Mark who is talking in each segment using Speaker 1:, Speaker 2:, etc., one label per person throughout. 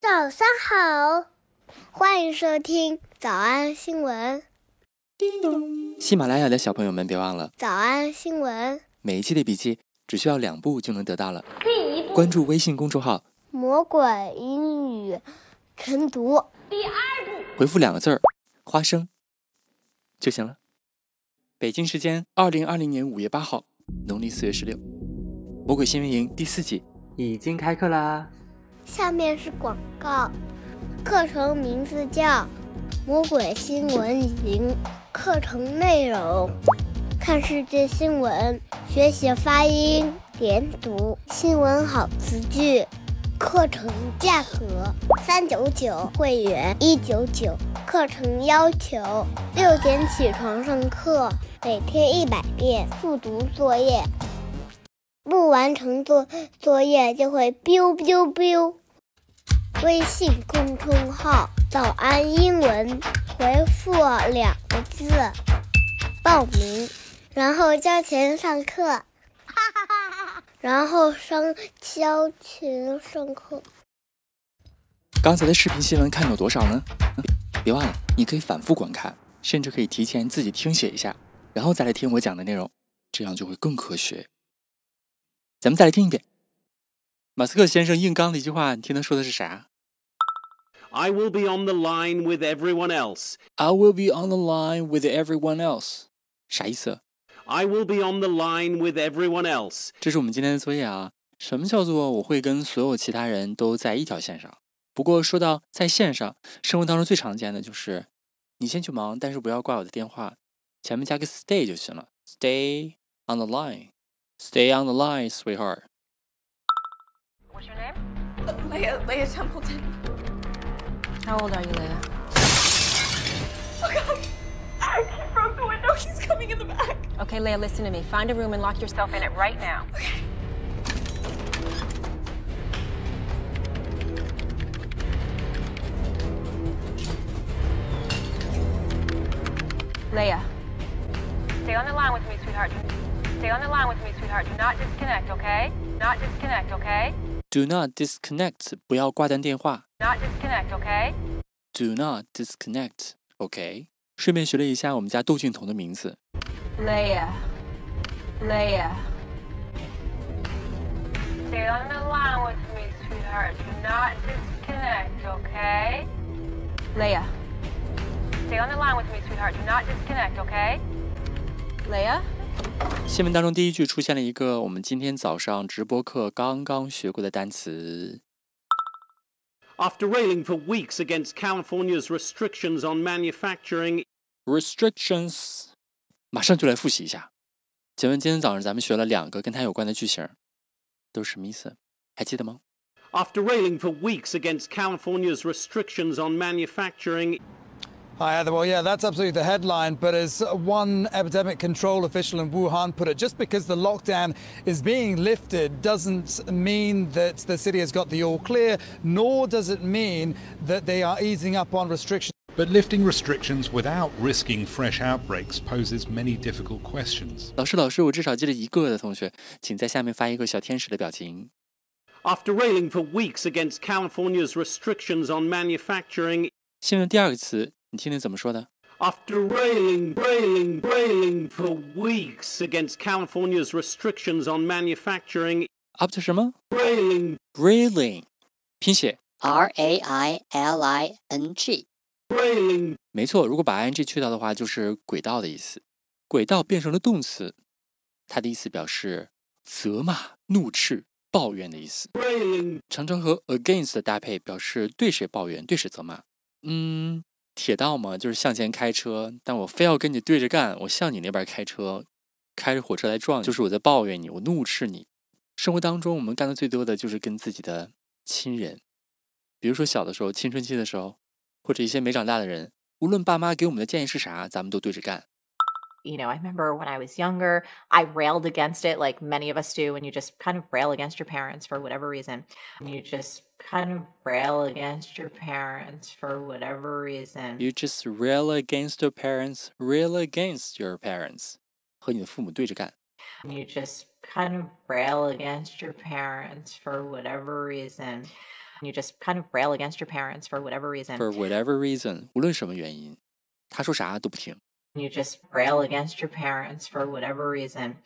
Speaker 1: 早上好，欢迎收听早安新闻。
Speaker 2: 喜马拉雅的小朋友们，别忘了
Speaker 1: 早安新闻，
Speaker 2: 每一期的笔记只需要两步就能得到了。关注微信公众号，
Speaker 1: 魔鬼英语晨读。
Speaker 2: 回复两个字儿“花生”就行了。北京时间二零二零年五月八号，农历四月十六，魔鬼新闻营第四季
Speaker 3: 已经开课啦！
Speaker 1: 下面是广告，课程名字叫《魔鬼新闻营》，课程内容：看世界新闻，学习发音、连读、新闻好词句。课程价格三九九，会员一九九。课程要求六点起床上课，每天一百遍复读作业，不完成作作业就会 biu biu biu。微信公众号“早安英文”，回复两个字报名，然后交钱上 课。然后上交钱上课。
Speaker 2: 刚才的视频新闻看有多少呢？嗯别忘了，你可以反复观看，甚至可以提前自己听写一下，然后再来听我讲的内容，这样就会更科学。咱们再来听一遍，马斯克先生硬刚的一句话，你听他说的是啥
Speaker 4: I will be on the line with everyone else.
Speaker 2: ？I will be on the line with everyone else。啥意思？
Speaker 4: I will be on the line with everyone else.
Speaker 2: 这是我们今天的作业啊。什么叫做我会跟所有其他人都在一条线上？不过说到在线上，生活当中最常见的就是你先去忙，但是不要挂我的电话，前面加个 stay 就行了。Stay on the line, stay on the line, sweetheart。
Speaker 5: What's your name?
Speaker 6: Leia, Leia Templeton.
Speaker 5: How old are you, Leia?
Speaker 6: Oh God! He broke the window. He's coming in the back.
Speaker 5: Okay, Leia, listen to me. Find a room and lock yourself in it right now. Leia. Stay on the line with me, sweetheart. Stay on the line with me, sweetheart. Do not disconnect, okay? Not disconnect, okay?
Speaker 2: Do not disconnect，不要挂断电话。
Speaker 5: Not disconnect, okay?
Speaker 2: Do not disconnect。OK，顺便学了一下我们家窦靖童的名字。
Speaker 5: Leia. Leia. Stay on the line with me, sweetheart. Do not disconnect, okay? Leia. Stay on the line with me, sweetheart. Do not disconnect, okay? Leia?
Speaker 2: 新闻当中第一句出现了一个我们今天早上直播课刚刚学过的单词
Speaker 4: After railing for weeks against California's restrictions on manufacturing,
Speaker 2: restrictions，马上就来复习一下。请问今天早上咱们学了两个跟它有关的句型，都是什么意思？还记得吗？
Speaker 4: after railing for weeks against California's restrictions on manufacturing,
Speaker 7: Hi, Heather. Well, yeah, that's absolutely the headline. But as one epidemic control official in Wuhan put it, just because the lockdown is being lifted doesn't mean that the city has got the all clear, nor does it mean that they are easing up on restrictions.
Speaker 8: But lifting restrictions without risking fresh outbreaks poses many difficult questions.
Speaker 2: 老师，老师，我至少记得一个的同学，请在下面发一个小天使的表情。
Speaker 4: after railing for weeks against California's restrictions on manufacturing,
Speaker 2: 新闻的第二个词，你听听怎么说的？
Speaker 4: after railing, railing, railing for weeks against California's restrictions on manufacturing,
Speaker 2: after 什么
Speaker 4: railing,
Speaker 2: railing，拼写
Speaker 9: R A I L I N G。
Speaker 4: railing,
Speaker 2: 没错，如果把 ing 去掉的话，就是轨道的意思。轨道变成了动词，它的意思表示责骂、怒斥、抱怨的意思，
Speaker 4: railing,
Speaker 2: 常常和 against 的搭配，表示对谁抱怨、对谁责骂。嗯，铁道嘛，就是向前开车，但我非要跟你对着干，我向你那边开车，开着火车来撞你，就是我在抱怨你，我怒斥你。生活当中，我们干的最多的就是跟自己的亲人，比如说小的时候、青春期的时候，或者一些没长大的人，无论爸妈给我们的建议是啥，咱们都对着干。
Speaker 10: you know, I remember when I was younger, I railed against it like many of us do when you just kind of rail against your parents for whatever reason. You just kind of rail against your parents for whatever reason.
Speaker 2: You just rail against your parents, rail against your parents，和你的父母对着干。
Speaker 10: You just kind of rail against your parents for whatever reason. You just kind of rail against your parents for whatever reason.
Speaker 2: For whatever reason，无论什么原因，他说啥都不听。
Speaker 10: You just rail against your parents for whatever reason.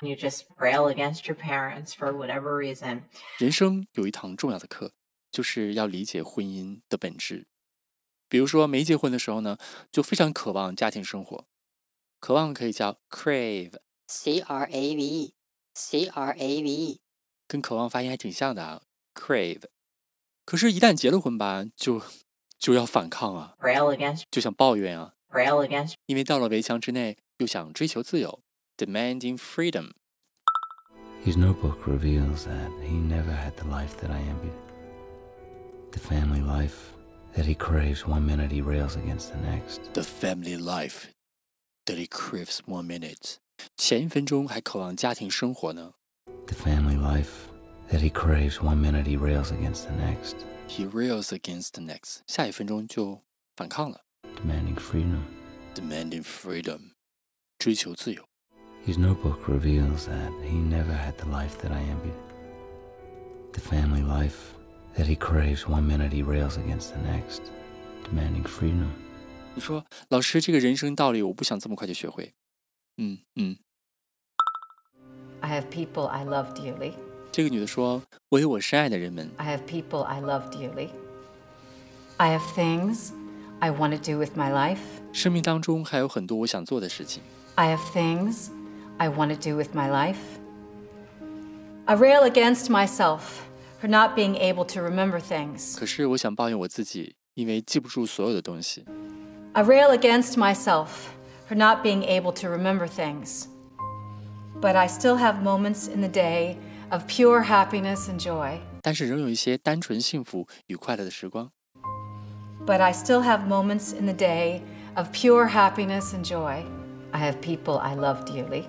Speaker 10: You just rail against your parents for whatever reason.
Speaker 2: 人生有一堂重要的课，就是要理解婚姻的本质。比如说，没结婚的时候呢，就非常渴望家庭生活，渴望可以叫 crave，
Speaker 9: C R A V E C R A V E
Speaker 2: 跟渴望发音还挺像的啊，crave。可是，一旦结了婚吧，就就要反抗啊，
Speaker 10: Rail against,
Speaker 2: 就想抱怨啊，
Speaker 10: rail against,
Speaker 2: 因为到了围墙之内，又想追求自由，demanding freedom。
Speaker 3: His notebook reveals that he never had the life that I envied. The family life that he craves one minute he rails against the next.
Speaker 2: The family life that he craves one minute。前一分钟还渴望家庭生活呢
Speaker 3: The family life that he craves one minute he rails against the next.
Speaker 2: ，he rails against the next。下一分钟就反抗了
Speaker 3: Demanding freedom.
Speaker 2: ，demanding freedom，追求自由。
Speaker 3: His notebook reveals that he never had the life that I envied. The family life that he craves one minute he rails against the next. Demanding freedom.
Speaker 2: 你说，老师，这个人生道理我不想这么快就学会。嗯嗯，
Speaker 11: I have people I love dearly.
Speaker 2: 这个女的说，我有我深爱的人们，
Speaker 11: I have people I love dearly. I have things I want to do with my life.
Speaker 2: 生命当中还有很多我想做的事情。
Speaker 11: I have things I want to do with my life. I rail against myself for not being able to remember things.
Speaker 2: 可是我想抱怨我自己，因为记不住所有的东西。
Speaker 11: I rail against myself for not being able to remember things. But I still have moments in the day of pure happiness and joy.
Speaker 2: 但是仍有一些单纯、幸福与快乐的时光。
Speaker 11: But I still have moments in the day of pure happiness and joy. I have people I love dearly.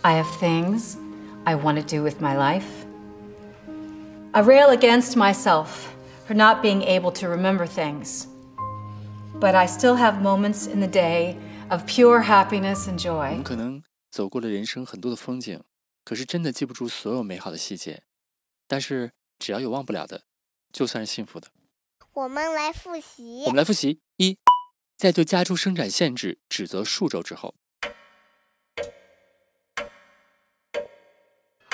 Speaker 11: I have things I want to do with my life. I rail against myself for not being able to remember things. But I still have moments in the day of pure happiness and
Speaker 2: 我
Speaker 11: joy.
Speaker 2: 们可能走过了人生很多的风景，可是真的记不住所有美好的细节。但是只要有忘不了的，就算是幸福的。
Speaker 1: 我们来复
Speaker 2: 我
Speaker 1: 习
Speaker 2: 们来复习：一，在对加州生产限制指责数周之后，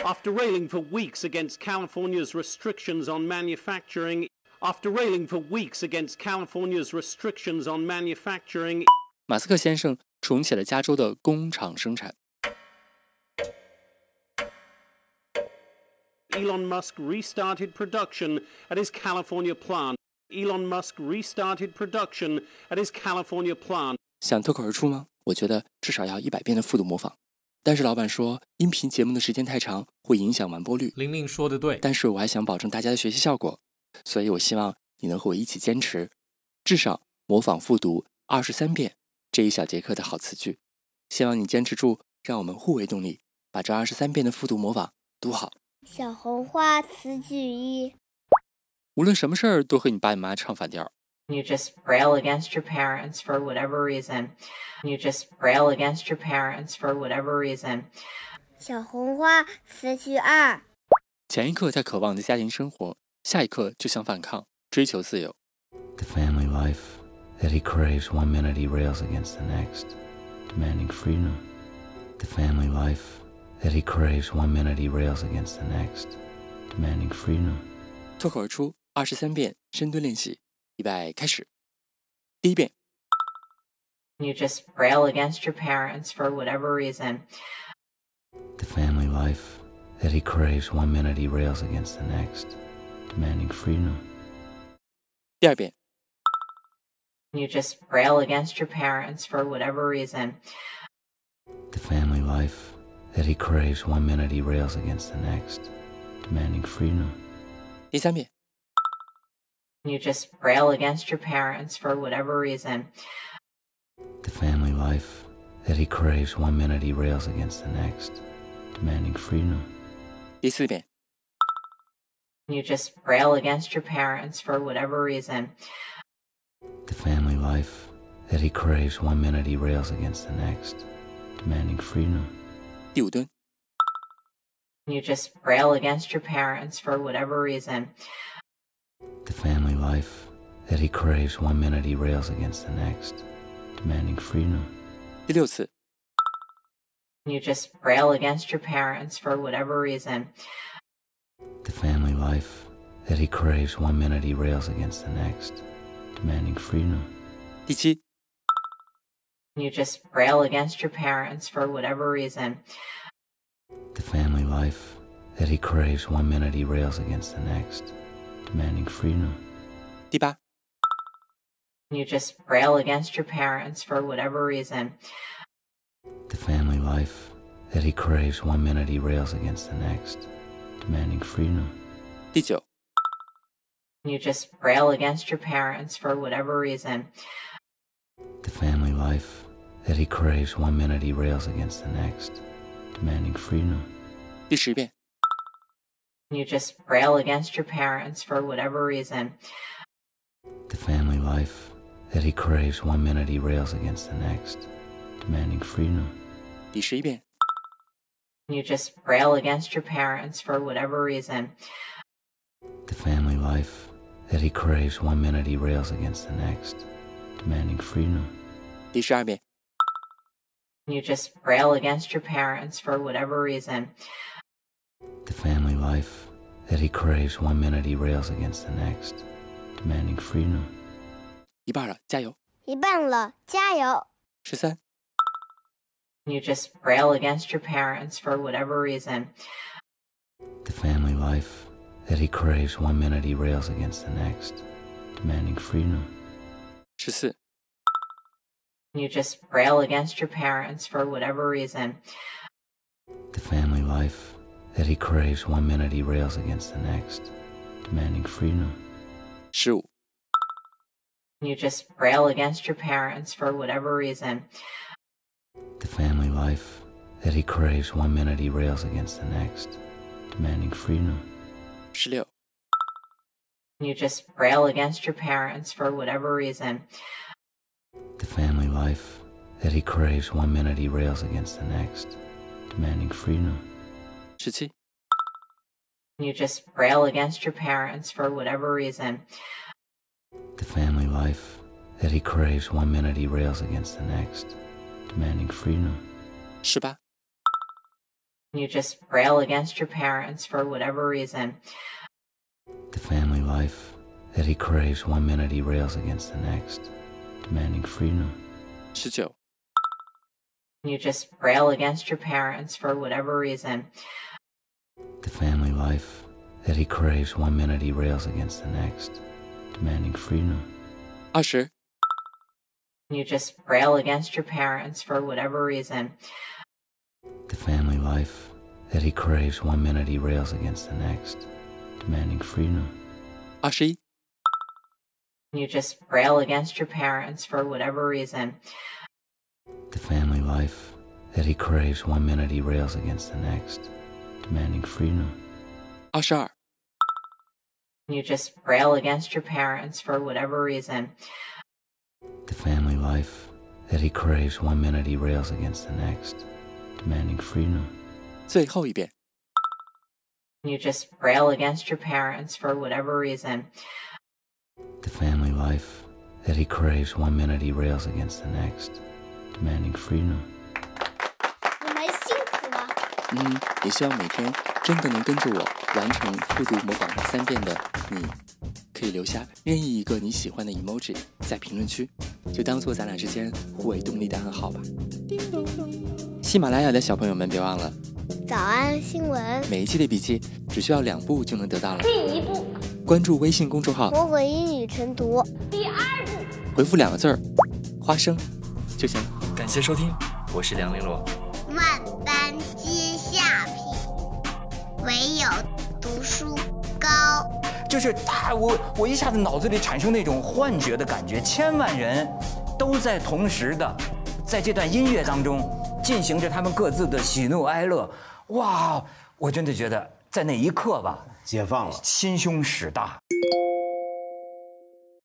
Speaker 4: After railing for weeks against California's restrictions on manufacturing, after railing for weeks against California's restrictions on manufacturing,
Speaker 2: 马斯克先生重启了加州的工厂生产。
Speaker 4: Elon Musk restarted production at his California plant. Elon Musk restarted production at his California plant.
Speaker 2: 想脱口而出吗？我觉得至少要一百遍的复读模仿。但是老板说，音频节目的时间太长，会影响完播率。
Speaker 12: 玲玲说的对，
Speaker 2: 但是我还想保证大家的学习效果，所以我希望你能和我一起坚持，至少模仿复读二十三遍这一小节课的好词句。希望你坚持住，让我们互为动力，把这二十三遍的复读模仿读好。
Speaker 1: 小红花词句一。
Speaker 2: 无论什么事儿都和你爸你妈唱反调儿。
Speaker 10: You just rail against your parents for whatever reason. You just rail against your parents for whatever reason.
Speaker 1: 小红花词句二。
Speaker 2: 前一刻在渴望的家庭生活，下一刻就想反抗，追求自由。
Speaker 3: The family life that he craves one minute he rails against the next. Demanding freedom. The family life that he craves one minute he rails against the next. Demanding freedom.
Speaker 2: 脱口而出二十三遍深蹲练习，预备开始。第一遍，
Speaker 10: You just rail against your parents for whatever reason.
Speaker 3: The family life that he craves one minute he rails against the next. Demanding freedom.
Speaker 2: 第二遍，
Speaker 10: You just rail against your parents for whatever reason.
Speaker 3: The family life that he craves one minute he rails against the next. Demanding freedom.
Speaker 2: 第三遍，
Speaker 10: You just rail against your parents for whatever reason.
Speaker 3: The family life that he craves one minute he rails against the next. Demanding freedom.
Speaker 2: 第四遍，
Speaker 10: You just rail against your parents for whatever reason.
Speaker 3: The family life that he craves one minute he rails against the next. Demanding freedom.
Speaker 2: 第五蹲，
Speaker 10: You just rail against your parents for whatever reason.
Speaker 3: The family life that he craves one minute he rails against the next, demanding freedom.
Speaker 2: 第六次，
Speaker 10: You just rail against your parents for whatever reason.
Speaker 3: The family life that he craves one minute he rails against the next, demanding freedom.
Speaker 2: 第七，
Speaker 10: You just rail against your parents for whatever reason.
Speaker 3: The family life that he craves one minute he rails against the next, demanding freedom.
Speaker 2: 第八，
Speaker 10: You just rail against your parents for whatever reason.
Speaker 3: The family life that he craves one minute he rails against the next, demanding freedom.
Speaker 2: 第九，
Speaker 10: You just rail against your parents for whatever reason.
Speaker 3: The family life that he craves one minute he rails against the next, demanding freedom.
Speaker 2: 第十遍，
Speaker 10: You just rail against your parents for whatever reason.
Speaker 3: The family life that he craves one minute he rails against the next, demanding freedom.
Speaker 2: 第十一遍，
Speaker 10: You just rail against your parents for whatever reason.
Speaker 3: The family life that he craves one minute he rails against the next, demanding freedom.
Speaker 2: 第十二遍，
Speaker 10: You just rail against your parents for whatever reason.
Speaker 3: The family life that he craves one minute he rails against the next, demanding freedom.
Speaker 2: 一半了，加油！
Speaker 1: 一半了，加油！
Speaker 2: 十三、
Speaker 10: You just rail against your parents for whatever reason.
Speaker 3: The family life that he craves one minute he rails against the next, demanding freedom.
Speaker 2: 十四、
Speaker 10: You just rail against your parents for whatever reason.
Speaker 3: The family life that he craves one minute he rails against the next, demanding freedom.
Speaker 2: 十五、
Speaker 10: You just rail against your parents for whatever reason.
Speaker 3: The family life that he craves one minute he rails against the next, demanding freedom.
Speaker 2: 十六、
Speaker 10: You just rail against your parents for whatever reason.
Speaker 3: The family life that he craves one minute he rails against the next, demanding freedom.
Speaker 2: 十七、
Speaker 10: You just rail against your parents for whatever reason.
Speaker 3: The family life that he craves one minute he rails against the next, demanding freedom.
Speaker 2: 十八、
Speaker 10: You just rail against your parents for whatever reason.
Speaker 3: The family life that he craves one minute he rails against the next, demanding freedom.
Speaker 2: 十九、
Speaker 10: You just rail against your parents for whatever reason.
Speaker 3: The family life that he craves one minute he rails against the next, demanding freedom.
Speaker 2: 二十、
Speaker 10: You just rail against your parents for whatever reason.
Speaker 3: The family life that he craves one minute he rails against the next, demanding freedom.
Speaker 2: 二十一、
Speaker 10: You just rail against your parents for whatever reason.
Speaker 3: The family life that he craves one minute he rails against the next, demanding freedom.
Speaker 2: 二十二、
Speaker 10: You just rail against your parents for whatever reason.
Speaker 3: The family life that he craves one minute he rails against the next, demanding freedom.
Speaker 2: 最后一遍。
Speaker 10: You just rail against your parents for whatever reason.
Speaker 3: The family life that he craves one minute he rails against the next, demanding freedom.
Speaker 1: 你们辛苦了。
Speaker 2: 嗯，也希望每天真的能跟着我完成复读模仿三遍的你，可以留下任意一个你喜欢的 emoji 在评论区，就当做咱俩之间互为动力的暗号吧。喜马拉雅的小朋友们别忘了，
Speaker 1: 早安新闻，
Speaker 2: 每一期的笔记只需要两步就能得到了。
Speaker 1: 第一步，
Speaker 2: 关注微信公众号，
Speaker 1: 魔鬼英语晨读；第二步，
Speaker 2: 回复两个字儿“花生”就行。感谢收听，我是梁玲珑。
Speaker 12: 万般皆下品，唯有读书高。
Speaker 13: 就是他，我我一下子脑子里产生那种幻觉的感觉，千万人都在同时的，在这段音乐当中进行着他们各自的喜怒哀乐。哇，我真的觉得在那一刻吧，
Speaker 14: 解放了。
Speaker 13: 心胸始大。